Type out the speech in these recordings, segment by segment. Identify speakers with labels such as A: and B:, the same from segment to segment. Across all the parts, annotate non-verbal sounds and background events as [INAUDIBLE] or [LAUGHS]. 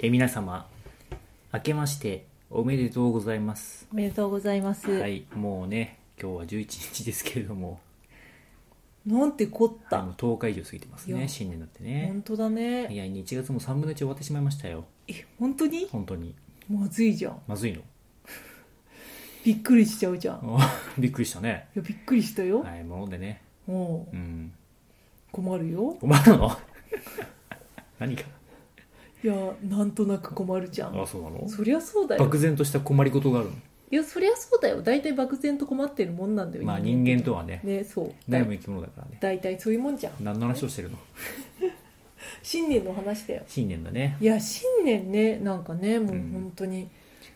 A: 皆様明けましておめでとうございます
B: おめでとうございます、
A: はいもうね今日は11日ですけれども
B: なんてこっ
A: あ
B: た、
A: の10日以上過ぎてます
B: い
A: ね
B: や
A: 新年だって
B: 本
A: ね
B: 当だ
A: い
B: ね
A: や1月も3分の1終わってしまいましたよ
B: え本当に
A: 本当に
B: まずいじゃん
A: まずいの [LAUGHS]
B: びっくりしちゃうじゃんい
A: あびっくりしたね
B: やびっくりしたよ、
A: はいもうでね
B: もう
A: うん
B: 困るよ
A: 困るの [LAUGHS] 何か
B: いやなんとなく困るじゃ
A: あ
B: ん
A: そうなの
B: そりゃそうだよ
A: 漠然とした困りごとがあるの
B: いやそりゃそうだよ大体漠然と困ってるもんなんだよ
A: まあ人間と
B: は
A: はね
B: ねそう
A: 誰も生き物だからね
B: 大体そういうもんじゃん
A: 何の話をしてるの
B: 新年の話だよ
A: 新年だね
B: いや新年ねなんかねもう
A: うん
B: 本当に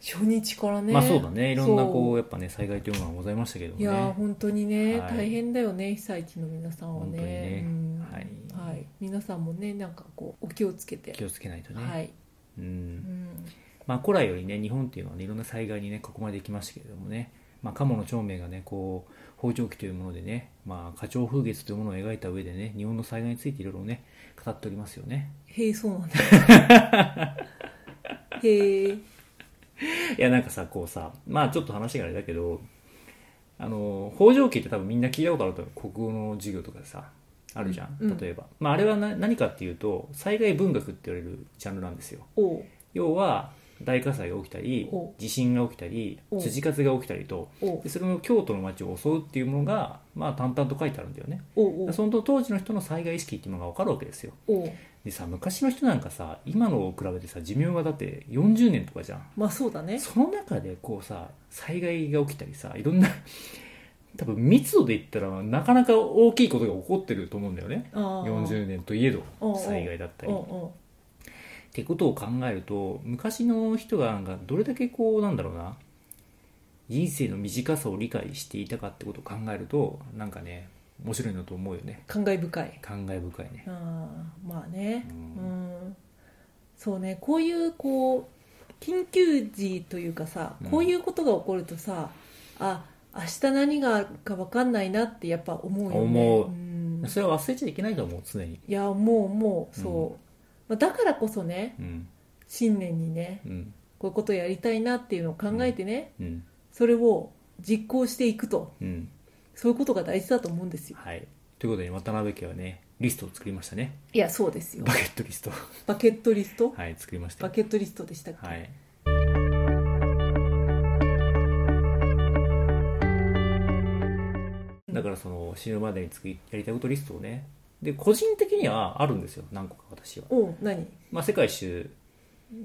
B: 初日からね、
A: まあそうだねいろんなこ
B: そう
A: やっぱね災害というのはございましたけども
B: いやー
A: ね
B: 本当にね、
A: はい
B: 大変だよね被災地の皆さんはね
A: 本当にね
B: うん
A: はい
B: はい皆さんもねなんかこうお気をつけて
A: 気をつけないとね、
B: はい、
A: う
B: うんん、
A: まあ、古来よりね日本っていうのはねいろんな災害にね囲まれてきましたけれどもね、まあ、鴨の長明がねこう北条記というものでね、まあ、花鳥風月というものを描いた上でね日本の災害についていろいろね語っておりますよね
B: へえそうなんだ
A: [LAUGHS]
B: へえ
A: いやなんかさこうさまあちょっと話があれだけどあの北条記って多分みんな聞いたことあると思う国語の授業とかでさあるじゃん、
B: うんうん
A: 例えば、まあ、あれはな何かっていうと災害文学って言われるジャンルなんですよ
B: おう
A: 要は大火災が起きたり
B: お
A: 地震が起きたり
B: お
A: 辻風が起きたりと
B: おう
A: でそれも京都の町を襲うっていうものが、まあ、淡々と書いてあるんだよね
B: おうおう
A: その当時の人の災害意識っていうのが分かるわけですよ
B: おう
A: でさ昔の人なんかさ今のを比べてさ寿命がだって40年とかじゃん
B: まあそうだね
A: その中でこうさ災害が起きたりさいろんな多分密度で言ったらなかなか大きいことが起こってると思うんだよね
B: あー
A: 40年といえど
B: おうおう
A: 災害だったり
B: おうお
A: ってことを考えると昔の人がなんかどれだけこうなんだろうな人生の短さを理解していたかってことを考えるとなんかね面白いなと思うよね
B: う感慨深い
A: 感慨深いね
B: あーまあね
A: う
B: うんん、そうねこういうこう緊急時というかさ、
A: うん
B: こういうことが起こるとさあ明日何があるか分かんないなってやっぱ思うよね
A: 思うんそれは忘れちゃいけないと思う常に
B: いやもうもうそう、まあ、だからこそね
A: うん
B: 新年にね
A: うん
B: こういうことをやりたいなっていうのを考えてね、
A: うん
B: それを実行していくと
A: うん
B: そういうことが大事だと思うんですよ
A: はいということで渡辺家はねリストを作りましたね
B: いやそうですよ
A: バケットリスト
B: バケットリスト、
A: はい作りました
B: バ
A: よ
B: ケットリストでしたっけ、
A: はいだからその死ぬまでに作りやりたいことリストをねで個人的にはあるんですよ何個か私は、
B: おう何
A: まあ、世界一周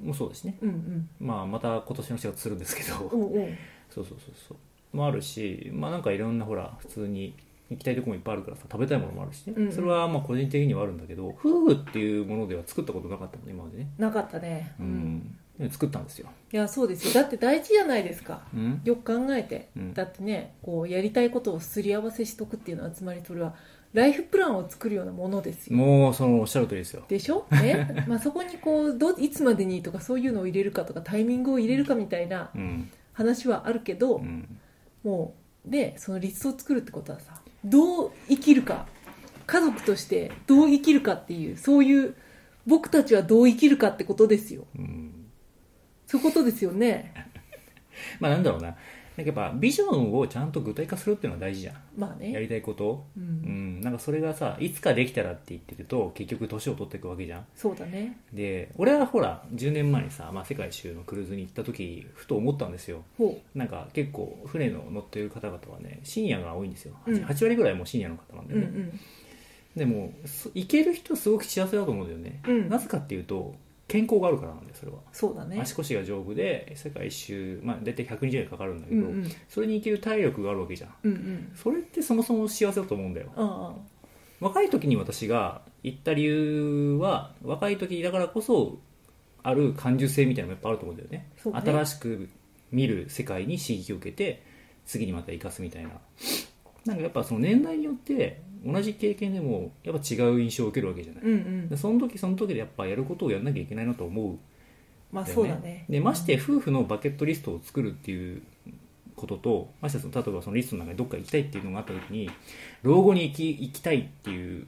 A: もそうですね、
B: うんうん
A: まあ、また今年の4月するんですけど
B: お
A: そう
B: うおう
A: そうそうそうもあるしまあなんかいろんなほら普通に行きたいとこもいっぱいあるからさ食べたいものもあるしね、
B: うんうん
A: それはまあ個人的にはあるんだけど夫婦っていうものでは作ったことなかったのね今までね
B: なかったね
A: うん、で作ったんですよ、
B: いやそうですよだって大事じゃないですか
A: うん、
B: よく考えて、
A: うん
B: だってねこうやりたいことをすり合わせしとくっていうのはつまりそれはライフプランを作るようなものですよ
A: もうそのおっしゃる通りですよ
B: でしょ、ね [LAUGHS] まあ、そこにこうどういつまでにとかそういうのを入れるかとかタイミングを入れるかみたいな
A: うん
B: 話はあるけど、
A: うん
B: もうでそのリストを作るってことはさどう生きるか家族としてどう生きるかっていうそういう僕たちはどう生きるかってことですよ
A: うん
B: そういうことですよね
A: まあなんだろうな。なんかやっぱビジョンをちゃんと具体化するっていうのは大事じゃん。
B: まあ
A: や
B: ね
A: りたいこと。
B: う、
A: うんん。なんかそれがさ、いつかできたらって言ってると、結局年を取っていくわけじゃん。
B: そうだね
A: で、俺はほら、10年前にさ、まあ世界一周のクルーズに行った時、ふと思ったんですよ。
B: ほ
A: なんか結構船の乗ってる方々はね、深夜が多いんですよ。
B: うん
A: 8, 割ぐらいもう深夜の方なん
B: う
A: だ
B: う
A: よ
B: んう
A: ね。
B: ん
A: でも、そ行ける人すごく幸せだと思うんだよね。
B: うん
A: なぜかっていうと、健康があるからなんだよ、それは。
B: そうだね
A: 足腰が丈夫で、世界一周、まあ大体120年かかるんだけ
B: う
A: ど、
B: んうん
A: それに行ける体力があるわけじゃん
B: うんうん
A: それってそもそも幸せだと思うんだよ
B: あ
A: 若い時に私が行った理由は若い時だからこそある感受性みたいなのもやっぱあると思うんだよね
B: そうね
A: 新しく見る世界に刺激を受けて次にまた生かすみたいななんかやっぱその年代によって同じ経験でもやっぱ違う印象を受けるわけじゃな
B: あ
A: い、
B: うんうん
A: でその時その時でやっぱやることをやんなきゃいけないなと思うん
B: まあ
A: だよね
B: そうだね
A: でまして夫婦のバケットリストを作るっていうこととましてその例えばそのリストの中にどっか行きたいっていうのがあった時に老後に行き行きたいっていう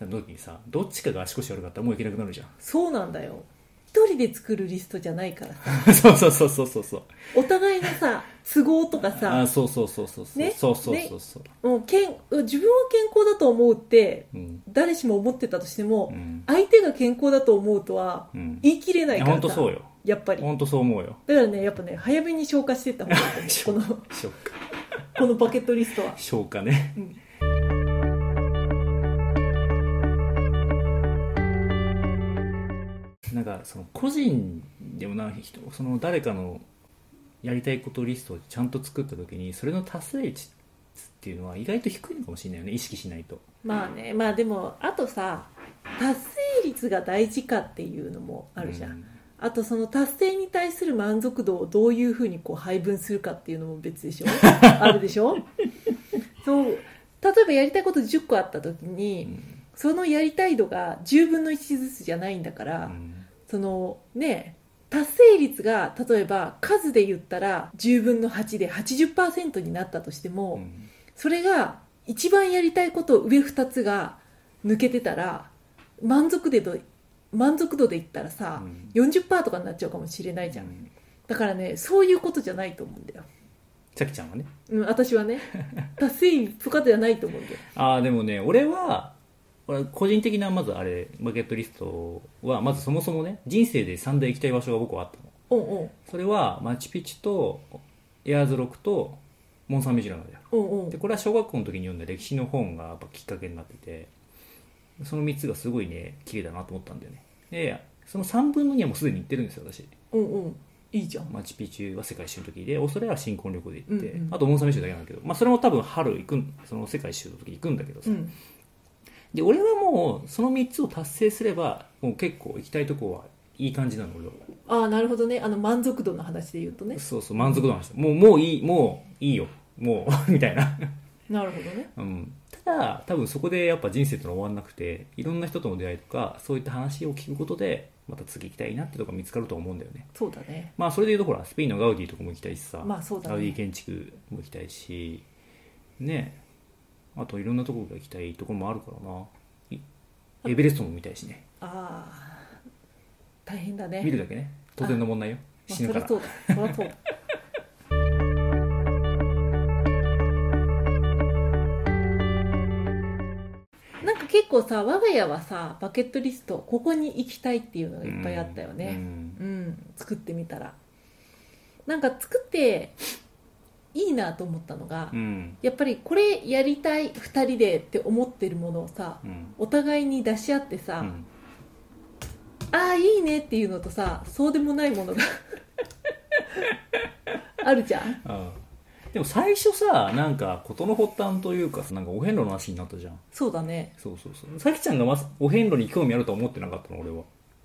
A: 時にさどっちかが足腰悪かったらもう行けなくなるじゃん
B: そうなんだよ一人で作るリストじゃないからさ
A: [LAUGHS] そうそうそうそうそうそう
B: お互いのさ [LAUGHS] 都合とか
A: あ
B: さ
A: そうそうそうそうそう、
B: ね
A: そうそうそうそう、
B: もうけん自分は健康だと思うって
A: うん
B: 誰しも思ってたとしても、
A: うん
B: 相手が健康だと思うとは
A: うん
B: 言い切れない
A: いや
B: から
A: 本当そう
B: よ
A: よ
B: やっぱりだか
A: 本当そう思うよ
B: らねやっぱね早めに消化していった方がいい
A: [LAUGHS]
B: と
A: 消
B: 思うこの
A: 消化
B: このバケットリストは
A: 消化ね、
B: うん
A: なんかその個人でもな人その誰かのやりたいことリストをちゃんと作った時にそれの達成値っていうのは意外と低いのかもしれないよね意識しないと
B: まあねまあでもあとさ達成率が大事かっていうのもあるじゃん、
A: うん
B: あとその達成に対する満足度をどういうふうにこう配分するかっていうのも別でしょ
A: [LAUGHS]
B: あるでしょそう例えばやりたいこと10個あった時に、
A: うん
B: そのやりたい度が10分の1ずつじゃないんだか
A: う
B: ら、
A: ん
B: そのね達成率が例えば数で言ったら10分の8で80%になったとしても、
A: うん
B: それが一番やりたいこと上2つが抜けてたら満足度で満足度で言ったらさ、
A: うん
B: 40%とかになっちゃうかもしれないじゃん、
A: うん
B: だからねそういうことじゃないと思うんだよ、
A: ちゃきちゃんはね
B: うん、私は
A: [LAUGHS]
B: ね達成率とかではないと思うんだよ
A: ああでもね俺は俺個人的なまずあれバケットリストはまずそもそもね人生で三大行きたい場所が僕はあったの
B: おんおん
A: それはマチュピチュとエアーズロクとモン・サン・ミシェルなんだよ
B: おんおん
A: でこれは小学校の時に読んだ歴史の本がやっぱきっかけになっててその3つがすごいね綺麗だなと思ったんだよねでその3分の2はもうすでに行ってるんですよ私
B: おんおんいいじゃん
A: マチュピチュは世界一周の時でオーストラリアは新婚旅行で行って、
B: うんうん
A: あとモン・サン・ミシェルだけなんだけど、まあ、それも多分春行くんその世界一周の時行くんだけどさ、
B: うん
A: で俺はもうその3つを達成すればもう結構行きたいとこはいい感じなの俺は
B: ああなるほどねあの満足度の話で言うとね
A: そうそう満足度の話もうもういいもういいよもう [LAUGHS] みたいな、
B: なるほどね
A: うん、ただ多分そこでやっぱ人生ってのは終わんなくていろんな人との出会いとかそういった話を聞くことでまた次行きたいなってとこが見つかると思うんだよね
B: そうだね
A: まあそれでいうとほらスペインのガウディとかも行きたいしさ、
B: まあそうだね
A: ガウディ建築も行きたいしねあといろんなとこが行きたいところもあるからないエベレストも見たいしね
B: ああ大変だね
A: 見るだけね当然の問題よ
B: まあ、
A: 死
B: そ
A: ぬか
B: り
A: ら
B: ゃそうだそりゃそうだなんか結構さ我が家はさバケットリストここに行きたいっていうのがいっぱいあったよ
A: う
B: ね
A: ん
B: うん、作ってみたらなんか作っていいなと思ったのが、
A: うん
B: やっぱりこれやりたい2人でって思ってるものをさ
A: うん
B: お互いに出し合ってさ、
A: うん
B: ああいいねっていうのとさそうでもないものがあるじゃん
A: ああでも最初さなんか事の発端というかさなんかお遍路の話になったじゃん
B: そうだね
A: そうそうそうさきちゃんがまずお遍路に興味あるとは思ってなかったの俺は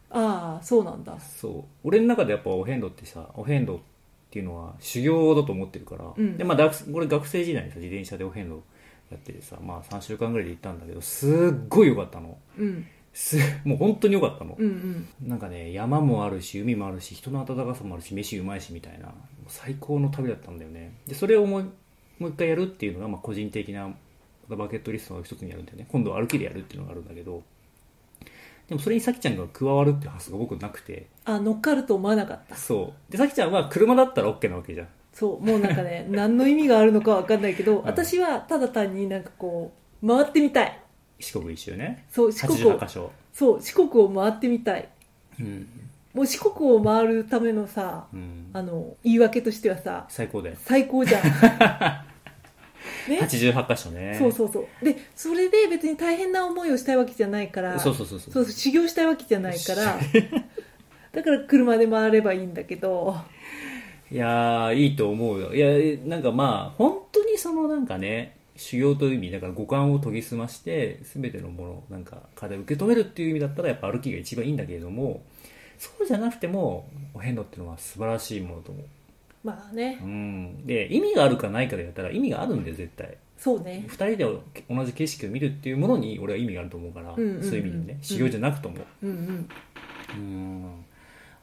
B: ああそうなんだ
A: そう俺の中でやっぱお遍路ってさお遍路っていうのは修行だと思ってるから、
B: うん
A: でまあ学俺学生時代にさ自転車でお遍路やっててさまあ3週間ぐらいで行ったんだけどすっごい良かったの
B: うん
A: すもう本当に良かったの、
B: うんうん
A: なんかね山もあるし海もあるし人の温かさもあるし飯うまいしみたいなもう最高の旅だったんだよねでそれをもうもう一回やるっていうのが、まあ、個人的なバケットリストの一つにやるんだよね今度は歩きでやるっていうのがあるんだけどでもそれにさきちゃんが加わるって発想が僕なくて
B: あ乗っかると思わなかった
A: そうでさきちゃんは車だったら OK なわけじゃん
B: そうもうなんかね何の意味があるのかわかんないけど、
A: ん
B: 私はただ単になんかこう回ってみたい
A: 四国一周ね
B: そう四国を
A: 88箇所
B: そう四国を回ってみたい
A: うん、
B: もう四国を回るためのさ
A: うん、
B: あの言い訳としてはさ
A: 最高だよ
B: 最高じゃんね
A: 88箇所ね
B: そうそうそうでそれで別に大変な思いをしたいわけじゃないから
A: そうそうそうそう
B: そうそう修行したいわけじゃないから
A: [LAUGHS]
B: だから車で回ればいいんだけど
A: いやー、いいと思うよ。いや、なんかまあ、本当にそのなんかね、修行という意味、だから五感を研ぎ澄まして、すべてのものをなんか、体を受け止めるっていう意味だったら、やっぱ歩きが一番いいんだけれども、そうじゃなくても、お遍路っていうのは素晴らしいものと思う。
B: まあね
A: うん。で、意味があるかないかでやったら、意味があるんだよ、絶対。
B: そうね
A: 二人で同じ景色を見るっていうものに、俺は意味があると思うから、
B: うんうんうん
A: そういう意味でね、修行じゃなくとも。
B: うんうん
A: うん。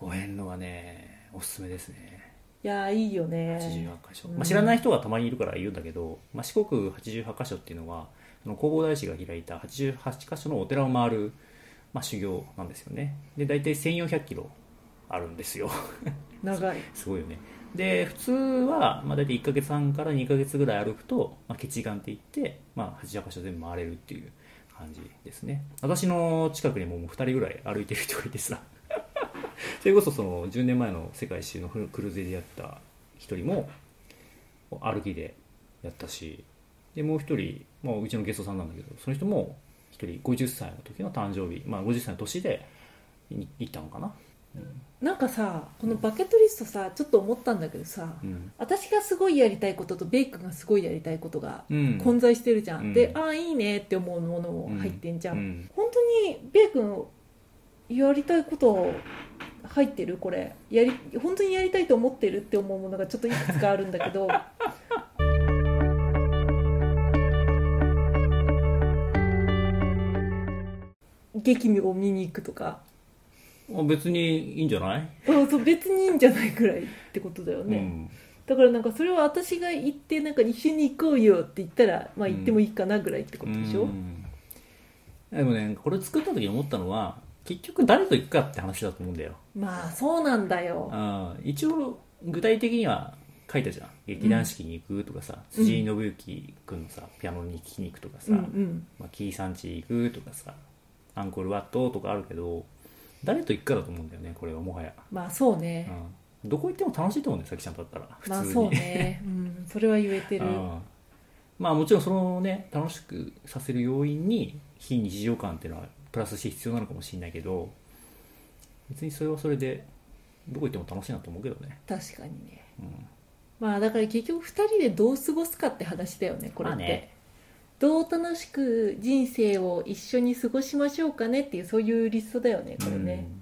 A: お遍路はね、おすすめですね。
B: いやーいいよ
A: 88
B: ね
A: 箇所、
B: うん
A: まあ、知らない人がたまにいるから言うんだけど、まあ、四国88箇所っていうのはその弘法大師が開いた88箇所のお寺を回る、まあ、修行なんですよねで大体1 4 0 0キロあるんですよ
B: 長い
A: すごいよねで普通は、まあ、大体1ヶ月半から2ヶ月ぐらい歩くと、まあ、血眼っていって、まあ、8か所全部回れるっていう感じですね私の近くにももう2人ぐらい歩いてる人がいてさ [LAUGHS] それこそその10年前の世界一周のフルクルーズでやった一人も歩きでやったしでもう一人、まあ、うちのゲストさんなんだけどその人も一人50歳の時の誕生日、まあ、50歳の年でい行ったのかな、
B: なんかさこのバケットリストさちょっと思ったんだけどさ、
A: うん
B: 私がすごいやりたいこととベイ君がすごいやりたいことが
A: うん、
B: 混在してるじゃ
A: う
B: ん、
A: ん
B: でああいいねって思うものも入ってんじゃん、
A: うん
B: 本当にベイ君やりたいこと入ってるこれやり本当にやりたいと思ってるって思うものがちょっといくつかあるんだけど劇を見に行くとか
A: あ別にいいんじゃない、
B: うんそう別にいいんじゃないくらいってことだよ
A: う
B: ね、
A: ん
B: だからなんかそれは私が行ってなんか一緒に行こうよって言ったらまあ
A: うん
B: 行ってもいいかなぐらいってことでしょ、
A: うんでもねこれ作った時に思ったのは結局誰と行くかって話だと思うんだよ
B: まあそうなんだよ
A: あー一応具体的には書いたじゃん劇団四季に行くとかさ、
B: うん
A: 辻井伸行君のさピアノに聴きに行くとかさ、
B: うんうん
A: まあ、キーさん家行くとかさアンコールワットとかあるけど誰と行くかだと思うんだよねこれはもはや、
B: まあそう
A: う
B: ね、
A: ん、どこ行っても楽しいと思うんだよさきちゃんだったら普通に、
B: まあそうね、うん、それは言えてる
A: うんまあもちろんそのね楽しくさせる要因に非日常感っていうのはプラスして必要なのかもしれないけど別にそれはそれでどこ行っても楽しいなと思うけどね、
B: 確かにね
A: うん、
B: まあだから結局2人でどう過ごすかって話だよねこれっ
A: ま
B: て、
A: あね
B: どう楽しく人生を一緒に過ごしましょうかねっていうそういうリストだよねこれね、うん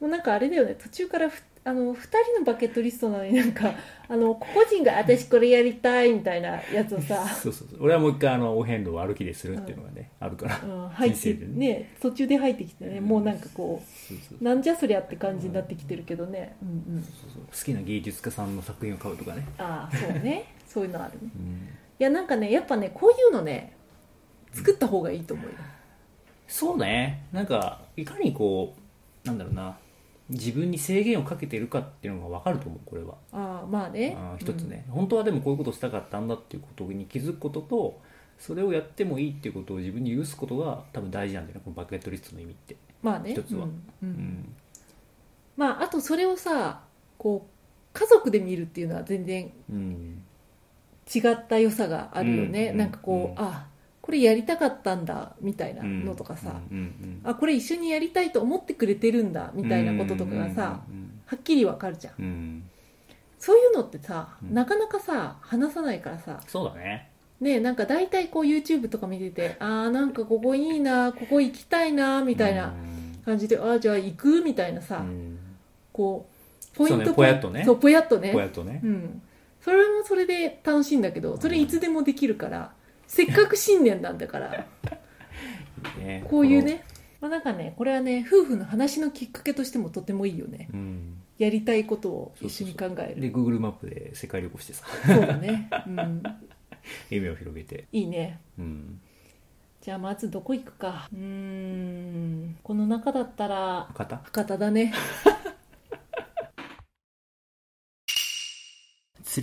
B: もうなんかあれだよね途中からふあの2人のバケットリストなのになんか [LAUGHS] あの個々人が私これやりたいみたいなやつ
A: [LAUGHS]
B: をさ
A: うん、そうそうそう俺はもう一回あのお遍路を歩きでするっていうのがね、あるから
B: うん、入っ
A: 人生
B: て
A: でね
B: ね途中で入ってきてねもうなんかこ
A: そうそう
B: うなんじゃそりゃって感じになってきてるけどね、うんうん、
A: そうそう好きな芸術家さんの作品を買うとかね、
B: ああそうね [LAUGHS] そういうのあるね
A: うん、
B: いやなんかねやっぱねこういうのね作った方がいいと思うよ、
A: そうねなんかいかにこうなんだろうな自分に制限をかけてるかっていうのが分かると思うこれは
B: ああまあね
A: あー一つね、本当はでもこういうことしたかったんだっていうことに気づくこととそれをやってもいいっていうことを自分に許すことが多分大事なんだよねこのバケットリストの意味って、
B: うんまあね
A: 一つは
B: うんう
A: うんん
B: まああとそれをさこう家族で見るっていうのは全然
A: うん
B: 違った良さがあるよね、
A: うん
B: なんかこう、
A: う
B: あこれやりたかったんだみたいな
A: うん
B: のとかさ、
A: うんうん
B: あこれ一緒にやりたいと思ってくれてるんだみたいなこととかがさ、
A: うん
B: はっきりわかるじゃん
A: うんうんうん
B: そういうのってさ、
A: うん
B: なかなかさ話さないからさ
A: そうだね
B: ねなんか大体こう YouTube とか見ててあーなんかここいいなここ行きたいなみたいうなん感じで、あーじゃあ行くみたいなさ、
A: うん
B: こうポイ
A: そ
B: ン
A: う
B: ト
A: ねぽやっとね
B: そうぽやっとね
A: こうやるとね
B: うん、それもそれで楽しいんだけどそれいつでもできるから、せっかく新年なんだから
A: [LAUGHS] ね
B: こういうね、まあ、なんかねこれはね夫婦の話のきっかけとしてもとてもいいよね
A: このうん
B: やりたいことを一緒に考える
A: で Google マップで世界旅行してさ
B: そうだね、うん、
A: 夢を広げて
B: いいね
A: うん
B: じゃあまずどこ行くかうーんこの中だったら
A: 博多
B: 博多だね
A: つ